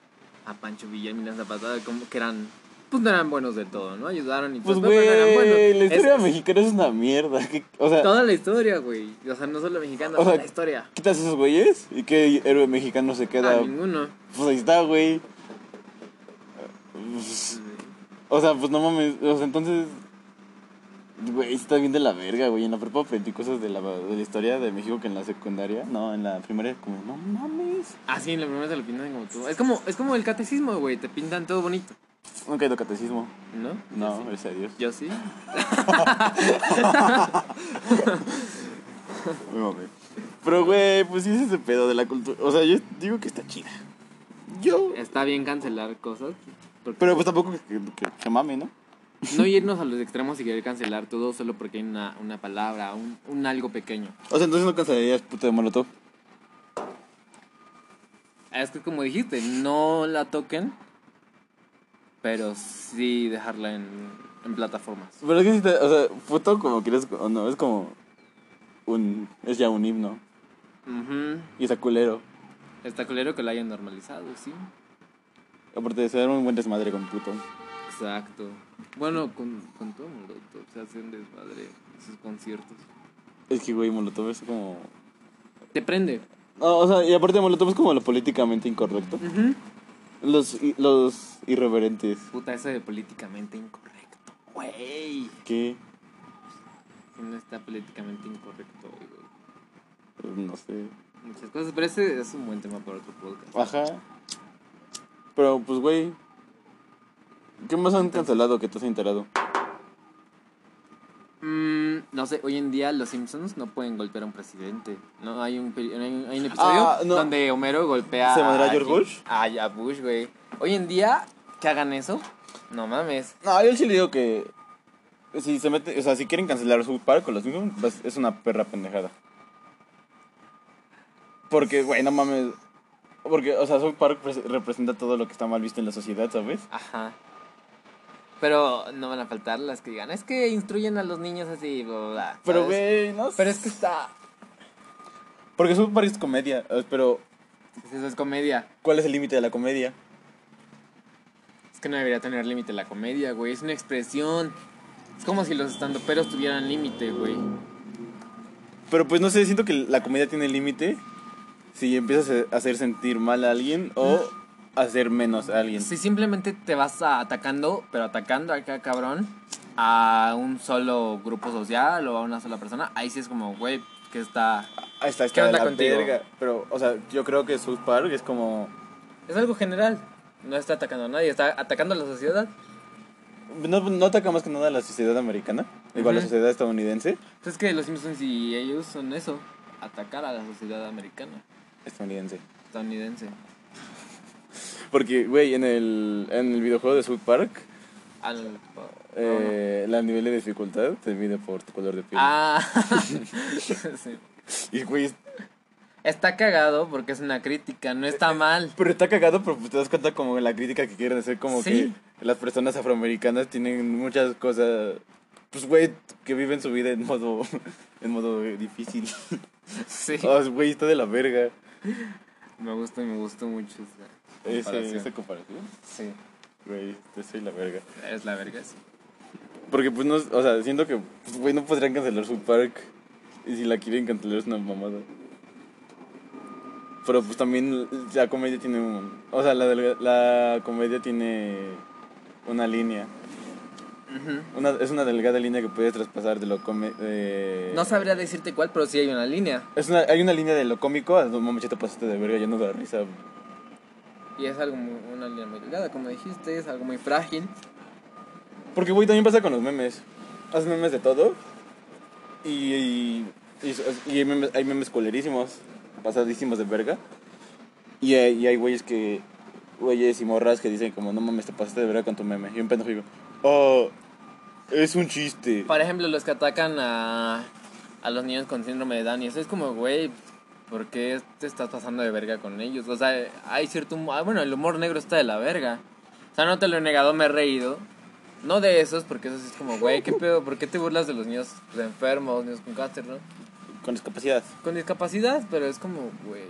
Speaker 1: a Pancho Villa y Milán Zapata? Como que eran, pues no eran buenos del todo, ¿no? Ayudaron y
Speaker 3: Pues,
Speaker 1: todo, pero no eran buenos.
Speaker 3: güey, la
Speaker 1: Es
Speaker 3: historia mexicana es una mierda. que- o sea,
Speaker 1: Toda la historia, güey. O sea, no solo mexicana,
Speaker 3: O
Speaker 1: toda
Speaker 3: sea,
Speaker 1: la historia.
Speaker 3: quitas esos güeyes y qué héroe mexicano se
Speaker 1: Ah,
Speaker 3: queda.
Speaker 1: ninguno.
Speaker 3: Pues ahí está, güey. Pues, O sea, pues no mames. O sea, entonces. Güey, está bien de la verga, güey. En la prepa aprendí cosas de la, de la historia de México que en la secundaria. No, en la primaria, como, no mames.
Speaker 1: Así en la primera te lo pintan como tú. Es como, es como el catecismo, güey. Te pintan todo bonito,
Speaker 3: Nunca he ido a catecismo.
Speaker 1: ¿no?
Speaker 3: No, gracias a Dios.
Speaker 1: Yo sí.
Speaker 3: Me mamé. Pero, güey, pues sí es ese pedo de la cultura. O sea, yo digo que está chida. Yo.
Speaker 1: Está bien cancelar cosas. porque-
Speaker 3: Pero pues tampoco que, que, que se mame, ¿no?
Speaker 1: No irnos a los extremos y querer cancelar todo solo porque hay una, una palabra, un, un algo pequeño.
Speaker 3: O sea, entonces no cancelarías puto de Molotov.
Speaker 1: Es que como dijiste, no la toquen, pero sí dejarla en, en plataformas.
Speaker 3: Pero es que si te, o sea, puto como quieres o no, es como un es ya un himno
Speaker 1: Ujú.
Speaker 3: y está culero.
Speaker 1: Está culero que la hayan normalizado, sí.
Speaker 3: Aparte de ser un buen desmadre con puto.
Speaker 1: Exacto. Bueno, con, con todo Molotov se hacen desmadre sus conciertos.
Speaker 3: Es que güey, Molotov es como
Speaker 1: Te prende.
Speaker 3: No, o sea, y aparte Molotov es como lo políticamente incorrecto. Los i- los irreverentes.
Speaker 1: Puta, eso de políticamente incorrecto, güey.
Speaker 3: ¿Qué?
Speaker 1: Sí, No está políticamente incorrecto, hoy, güey.
Speaker 3: Pues, no sé.
Speaker 1: Muchas cosas, pero ese es un buen tema para otro podcast.
Speaker 3: Ajá. Pero pues güey, ¿qué más han cancelado que te has enterado?
Speaker 1: Mm, no sé, hoy en día los Simpsons no pueden golpear a un presidente. No, hay un, peri- hay un- hay un episodio
Speaker 3: Ah, no.
Speaker 1: donde Homero golpea
Speaker 3: ¿Se madrea a George
Speaker 1: Jim-
Speaker 3: Bush?
Speaker 1: A, a Bush, güey. Hoy en día que hagan eso, no mames.
Speaker 3: No, yo sí le digo que si se mete, o sea, si quieren cancelar South Park con los mismos, pues, es una perra pendejada. Porque, güey, no mames. Porque, o sea, South Park pres- representa todo lo que está mal visto en la sociedad, ¿sabes?
Speaker 1: Ajá. Pero no van a faltar las que digan, es que instruyen a los niños así, bla, bla, bla",
Speaker 3: Pero,
Speaker 1: ¿sabes?
Speaker 3: güey, no sé.
Speaker 1: Ah, Pero es que está...
Speaker 3: Porque South Park es comedia, eh, pero
Speaker 1: Eso es comedia.
Speaker 3: ¿cuál es el límite de la comedia?
Speaker 1: Es que no debería tener límite la comedia, güey. Es una expresión. Es como si los estandoperos tuvieran límite, güey.
Speaker 3: Pero, pues, no sé, siento que la comedia tiene límite si empiezas a hacer sentir mal a alguien o
Speaker 1: Mm.
Speaker 3: hacer menos a alguien.
Speaker 1: Si simplemente te vas a- atacando, pero atacando acá, cabrón, a un solo grupo social o a una sola persona, ahí sí es como, güey, que está...
Speaker 3: Ahí está,
Speaker 1: ¿Qué
Speaker 3: está de
Speaker 1: onda
Speaker 3: la
Speaker 1: contigo?
Speaker 3: verga. Pero, o sea, yo creo que South Park es como...
Speaker 1: Es algo general. No está atacando a nadie, está atacando a la sociedad.
Speaker 3: No, no ataca más que nada a la sociedad americana, igual a la
Speaker 1: Ujú.
Speaker 3: sociedad estadounidense.
Speaker 1: Pues Es que los Simpsons y ellos son eso, atacar a la sociedad americana,
Speaker 3: Estadounidense.
Speaker 1: estadounidense. Ah,
Speaker 3: Porque, güey, en el, en el videojuego de South Park
Speaker 1: al-
Speaker 3: Eh, La nivel de dificultad se mide por tu color de piel.
Speaker 1: Ah, sí.
Speaker 3: Y, güey, es-
Speaker 1: Está cagado porque es una crítica, no está mal.
Speaker 3: pero está cagado, pero pues te das cuenta como la crítica que quieren hacer, como
Speaker 1: Sí.
Speaker 3: que las personas afroamericanas tienen muchas cosas, pues, güey, que viven su vida en modo, en modo difícil.
Speaker 1: Sí.
Speaker 3: Ah, güey, está de la verga.
Speaker 1: Me gusta y me gustó mucho esa
Speaker 3: Ese,
Speaker 1: comparación.
Speaker 3: esa comparación.
Speaker 1: Sí,
Speaker 3: Güey, te soy la verga.
Speaker 1: es la verga, sí.
Speaker 3: Porque pues no, o sea, siento que, pues, güey, no podrían cancelar su park. Y si la quieren cancelar es una mamada. Pero pues también la comedia tiene un... O sea, la, delga- la comedia tiene una línea. Una, es una delgada línea que puedes traspasar de lo come, de-
Speaker 1: No sabría decirte cuál, pero sí hay una línea.
Speaker 3: es una, hay una línea de lo cómico, a, no mames, ya te pasaste de verga, ya no da risa.
Speaker 1: Y es algo muy- una línea muy delgada, como dijiste, es algo muy frágil.
Speaker 3: Porque, güey, también pasa con los memes. Haz memes de todo. Y, y, y- y hay, memes, hay memes culerísimos, pasadísimos de verga. Y, hay- y hay güeyes que. Güeyes y morras que dicen, como, no mames, te pasaste de verga con tu meme. Y un pendejo digo, oh, es un chiste.
Speaker 1: Por ejemplo, los que atacan a, a los niños con síndrome de Down y eso es como, güey, ¿por qué te estás pasando de verga con ellos? O sea, hay cierto humo- ah, Bueno, el humor negro está de la verga. O sea, no te lo he negado, me he reído. No de esos, porque esos es como, güey, ¿qué pedo? ¿Por qué te burlas de los niños pues, enfermos, niños con cáncer, no?
Speaker 3: Con discapacidad.
Speaker 1: Con discapacidad, pero es como, güey.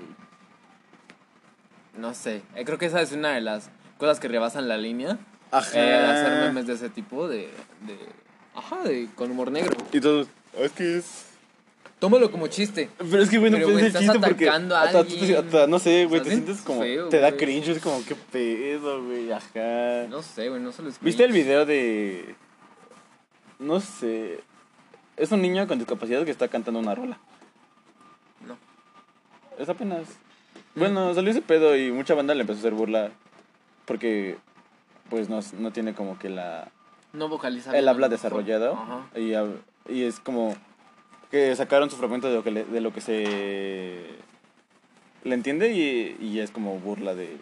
Speaker 1: No sé. Eh, Creo que esa es una de las cosas que rebasan la línea.
Speaker 3: Ajá.
Speaker 1: Eh, al hacer memes de ese tipo, de. de ajá, de, con humor negro.
Speaker 3: Y todos, es que es.
Speaker 1: Tómalo como chiste.
Speaker 3: Pero es que, güey, no
Speaker 1: Pero, güey,
Speaker 3: puedes ser
Speaker 1: estás
Speaker 3: chiste porque.
Speaker 1: atacando a
Speaker 3: hasta-
Speaker 1: alguien.
Speaker 3: hasta, no sé, güey,
Speaker 1: O sea,
Speaker 3: te
Speaker 1: sientes
Speaker 3: sientes como.
Speaker 1: feo,
Speaker 3: te da
Speaker 1: güey.
Speaker 3: cringe, es como, qué pedo, güey, ajá.
Speaker 1: No sé, güey, no se lo escribí.
Speaker 3: ¿Viste el video de.? No sé. Es un niño con discapacidad que está cantando una rola.
Speaker 1: No.
Speaker 3: Es apenas. Bueno,
Speaker 1: Mm.
Speaker 3: salió ese pedo y mucha banda le empezó a hacer burla. Porque. Pues no, no tiene como que la.
Speaker 1: No vocaliza.
Speaker 3: El
Speaker 1: bien,
Speaker 3: habla
Speaker 1: a lo mejor.
Speaker 3: desarrollado.
Speaker 1: Ajá.
Speaker 3: Y, hab- y es como. Que sacaron su fragmento de lo que, le- de lo que se. Le entiende y, y es como burla de.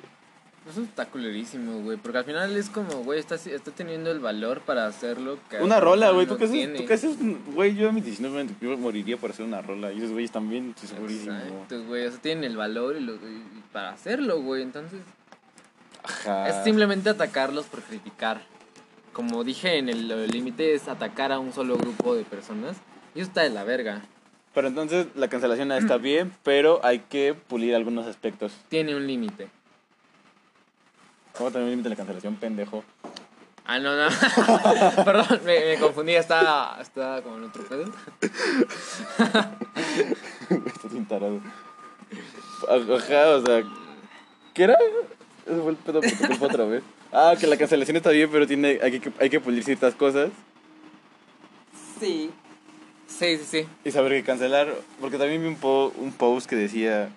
Speaker 1: Eso está culerísimo, güey. Porque al final es como, güey, está, está teniendo el valor para hacerlo. que
Speaker 3: Una rola, güey.
Speaker 1: no
Speaker 3: ¿Tú qué haces?
Speaker 1: tiene.
Speaker 3: ¿Tú qué haces? Güey, yo a mis 19 años yo moriría por hacer una rola. Y esos güeyes también, estoy segurísimo.
Speaker 1: Exacto, güey. O sea, tienen el valor y lo- y- y para hacerlo, güey. Entonces.
Speaker 3: Ajá.
Speaker 1: Es simplemente atacarlos por criticar. Como dije en el el límite, es atacar a un solo grupo de personas. Y eso está de la verga.
Speaker 3: Pero entonces la cancelación está bien, pero hay que pulir algunos aspectos.
Speaker 1: Tiene un límite.
Speaker 3: Como también límite la cancelación, pendejo.
Speaker 1: Ah, no, no. Perdón, me, me confundí. Estaba, estaba como en otro pedo.
Speaker 3: Estás bien tarado. Ajá, o sea. ¿Qué era? Ese fue el pedo por tu culpa otra vez. Ah, que la cancelación está bien, pero tiene, hay, que, hay que pulir ciertas cosas
Speaker 1: Sí. Sí, sí, sí.
Speaker 3: y saber qué cancelar. Porque también vi un, po- un post que decía: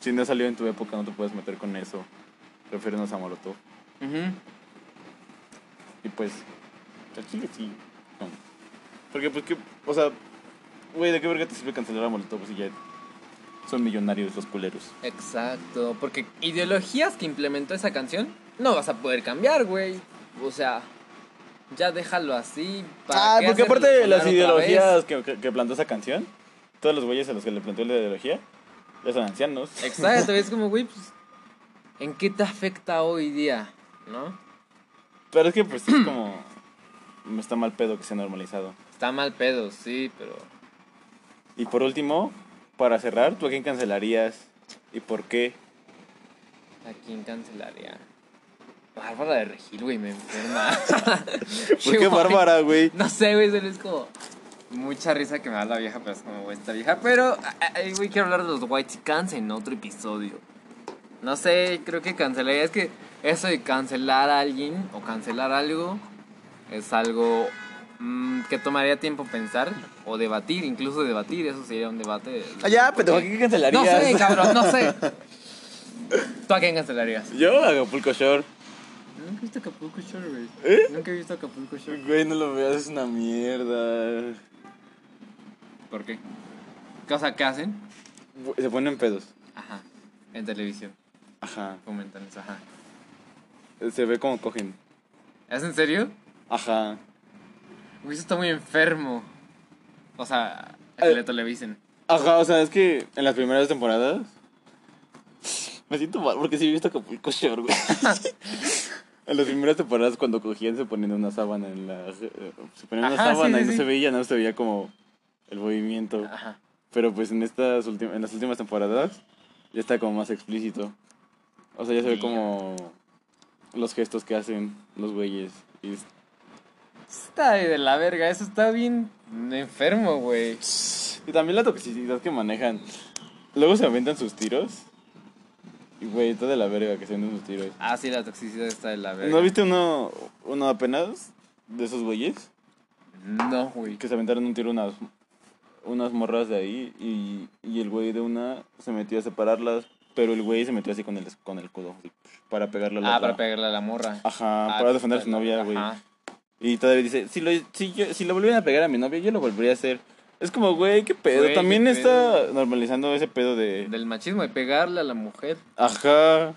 Speaker 3: Si no salió en tu época, no te puedes meter con eso. Refiérnos a Molotov.
Speaker 1: Ujú.
Speaker 3: Y pues, al chile sí. No. Porque, pues, que, o sea, güey, ¿de qué verga te sirve cancelar a Molotov si ya son millonarios los culeros?
Speaker 1: Exacto. Porque ideologías que implementó esa canción no vas a poder cambiar, güey. O sea, ya déjalo así. ¿para
Speaker 3: Ah,
Speaker 1: qué
Speaker 3: porque
Speaker 1: hacerlo
Speaker 3: aparte de las
Speaker 1: sonar otra vez?
Speaker 3: ideologías que, que, que plantó esa canción, todos los güeyes a los que le planteó la ideología ya son ancianos.
Speaker 1: Exacto, es como, güey, pues, ¿en qué te afecta hoy día? ¿No?
Speaker 3: Pero es que, pues, es como. me Está mal pedo que sea normalizado.
Speaker 1: Está mal pedo, sí, pero...
Speaker 3: Y por último, para cerrar, ¿tú a quién cancelarías? ¿Y por qué?
Speaker 1: ¿A quién cancelaría? Bárbara de Regil, güey, me enferma.
Speaker 3: ¿Por qué Bárbara, güey?
Speaker 1: No sé, güey, solo es como... Mucha risa que me da la vieja, pero es como, güey, esta vieja. Pero, ay, güey, quiero hablar de los White Chickens en otro episodio. No sé, creo que cancelaría. Es que eso de cancelar a alguien o cancelar algo es algo mm, que tomaría tiempo pensar o debatir, incluso debatir. Eso sería un debate.
Speaker 3: Ah, ya,
Speaker 1: ¿Por
Speaker 3: pero ¿a
Speaker 1: qué?
Speaker 3: quién
Speaker 1: No
Speaker 3: cancelarías?
Speaker 1: sé, cabrón, no sé. ¿Tú a quién cancelarías?
Speaker 3: Yo, Acapulco Shore.
Speaker 1: Nunca he visto Acapulco Shore, güey.
Speaker 3: ¿Eh?
Speaker 1: Nunca he visto Acapulco Shore.
Speaker 3: Güey, no lo veas, es una mierda.
Speaker 1: ¿Por qué? ¿Qué- O sea, ¿qué hacen?
Speaker 3: Se ponen pedos.
Speaker 1: Ajá. En televisión.
Speaker 3: Ajá.
Speaker 1: Comentan eso, ajá.
Speaker 3: Se ve como cogen.
Speaker 1: ¿Es en serio?
Speaker 3: Ajá.
Speaker 1: Güey, eso está muy enfermo. O sea,
Speaker 3: Eh.
Speaker 1: el leto le dicen.
Speaker 3: Ajá, o sea, es que en las primeras temporadas. Me siento mal porque sí he visto Acapulco Shore, güey. En las primeras temporadas cuando cogían se ponían una sábana en la... eh, Se ponían una
Speaker 1: Ajá, sí, sí,
Speaker 3: sábana
Speaker 1: Ah.
Speaker 3: y no
Speaker 1: sí.
Speaker 3: se veía, no se veía como el movimiento.
Speaker 1: Ajá.
Speaker 3: Pero pues en estas ulti- en las últimas temporadas ya está como más explícito. O sea, ya se ve
Speaker 1: Damn.
Speaker 3: como los gestos que hacen los güeyes. este, Y es-
Speaker 1: Está ahí de la verga, eso está bien enfermo, güey.
Speaker 3: Y también la toxicidad que manejan. Luego se aventan sus tiros. Y güey, está de la verga que se aventan sus tiros.
Speaker 1: Ah, sí, la toxicidad está de la verga.
Speaker 3: ¿No viste uno, uno apenas de esos güeyes?
Speaker 1: No, güey.
Speaker 3: Que se aventaron un tiro unas, unas morras de ahí y, y el güey de una se metió a separarlas, pero el güey se metió así con el, con el codo, así, para pegarle a la
Speaker 1: Ah,
Speaker 3: otra.
Speaker 1: para pegarle a la morra.
Speaker 3: Ajá,
Speaker 1: Ah,
Speaker 3: para defender a su novia, güey.
Speaker 1: ajá.
Speaker 3: Y todavía dice, si lo, si, yo, si lo volvieran a pegar a mi novia, yo lo volvería a hacer. Es como, güey, qué pedo.
Speaker 1: Güey, qué
Speaker 3: También está
Speaker 1: pedo.
Speaker 3: normalizando ese pedo de...
Speaker 1: Del machismo y pegarle a la mujer.
Speaker 3: Ajá.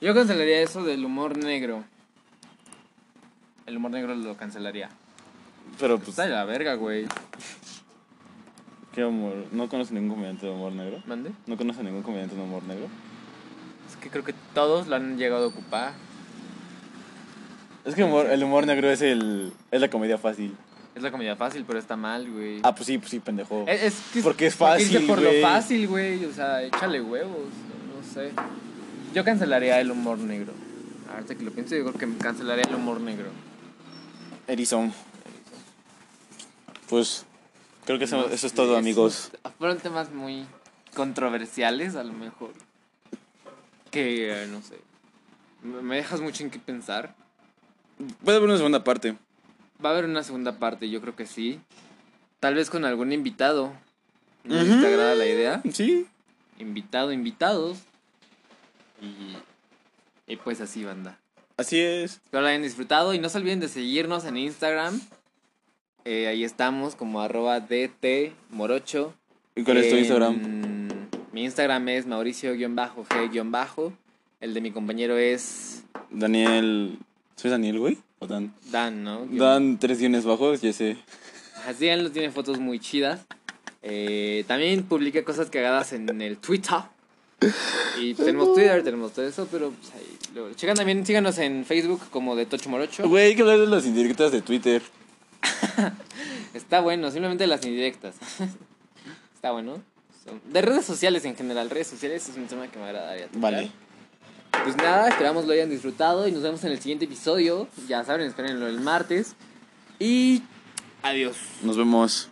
Speaker 1: Yo cancelaría eso del humor negro. El humor negro lo cancelaría.
Speaker 3: Pero pues,
Speaker 1: Está de la verga, güey.
Speaker 3: qué humor. No conoce ningún comediante de humor negro.
Speaker 1: ¿Mande?
Speaker 3: No conoce ningún comediante de humor negro.
Speaker 1: Es que creo que todos lo han llegado a ocupar.
Speaker 3: Es que humor- el humor negro es el es la comedia fácil.
Speaker 1: Es la comida fácil, pero está mal, güey.
Speaker 3: Ah, pues sí, pues sí, pendejo.
Speaker 1: Es, es que
Speaker 3: Porque es
Speaker 1: irse
Speaker 3: fácil,
Speaker 1: por
Speaker 3: güey.
Speaker 1: lo fácil, güey. O sea, échale huevos. No sé. Yo cancelaría el humor negro. Ahorita que lo pienso, yo creo que cancelaría el humor negro.
Speaker 3: Erizón. Pues creo que eso,
Speaker 1: No
Speaker 3: eso es
Speaker 1: sé,
Speaker 3: todo, amigos.
Speaker 1: Fueron temas muy controversiales, a lo mejor. Que, eh, no sé. Me me dejas mucho en qué pensar.
Speaker 3: Puede haber una segunda parte.
Speaker 1: Va a haber una segunda parte, yo creo que sí. Tal vez con algún invitado. ¿No
Speaker 3: Ujú.
Speaker 1: ¿Te agrada la idea?
Speaker 3: Sí.
Speaker 1: Invitado, invitados. Y, y pues así, banda.
Speaker 3: Así es.
Speaker 1: Espero lo hayan disfrutado y no se olviden de seguirnos en Instagram. Eh, ahí estamos como arroba dtmorocho.
Speaker 3: ¿Y cuál es tu
Speaker 1: En-
Speaker 3: Instagram?
Speaker 1: Mi Instagram es mauricio-g-. El de mi compañero es
Speaker 3: Daniel. ¿Soy Daniel, güey? ¿O Dan?
Speaker 1: Dan, ¿no?
Speaker 3: Dan tres guiones bajos, ya sé.
Speaker 1: Así él tiene fotos muy chidas. Eh, también publiqué cosas cagadas en el Twitter. Y tenemos Twitter, tenemos todo eso, pero pues ahí luego- Checan también, síganos en Facebook como de Tocho Morocho.
Speaker 3: Güey, hay que hablar de las indirectas de Twitter.
Speaker 1: Está bueno, simplemente las indirectas. Está bueno. Son- De redes sociales en general, redes sociales es un tema que me agradaría. tocar.
Speaker 3: Vale.
Speaker 1: Pues nada, esperamos lo hayan disfrutado y nos vemos en el siguiente episodio. Ya saben, espérenlo el martes. Y adiós.
Speaker 3: Nos vemos.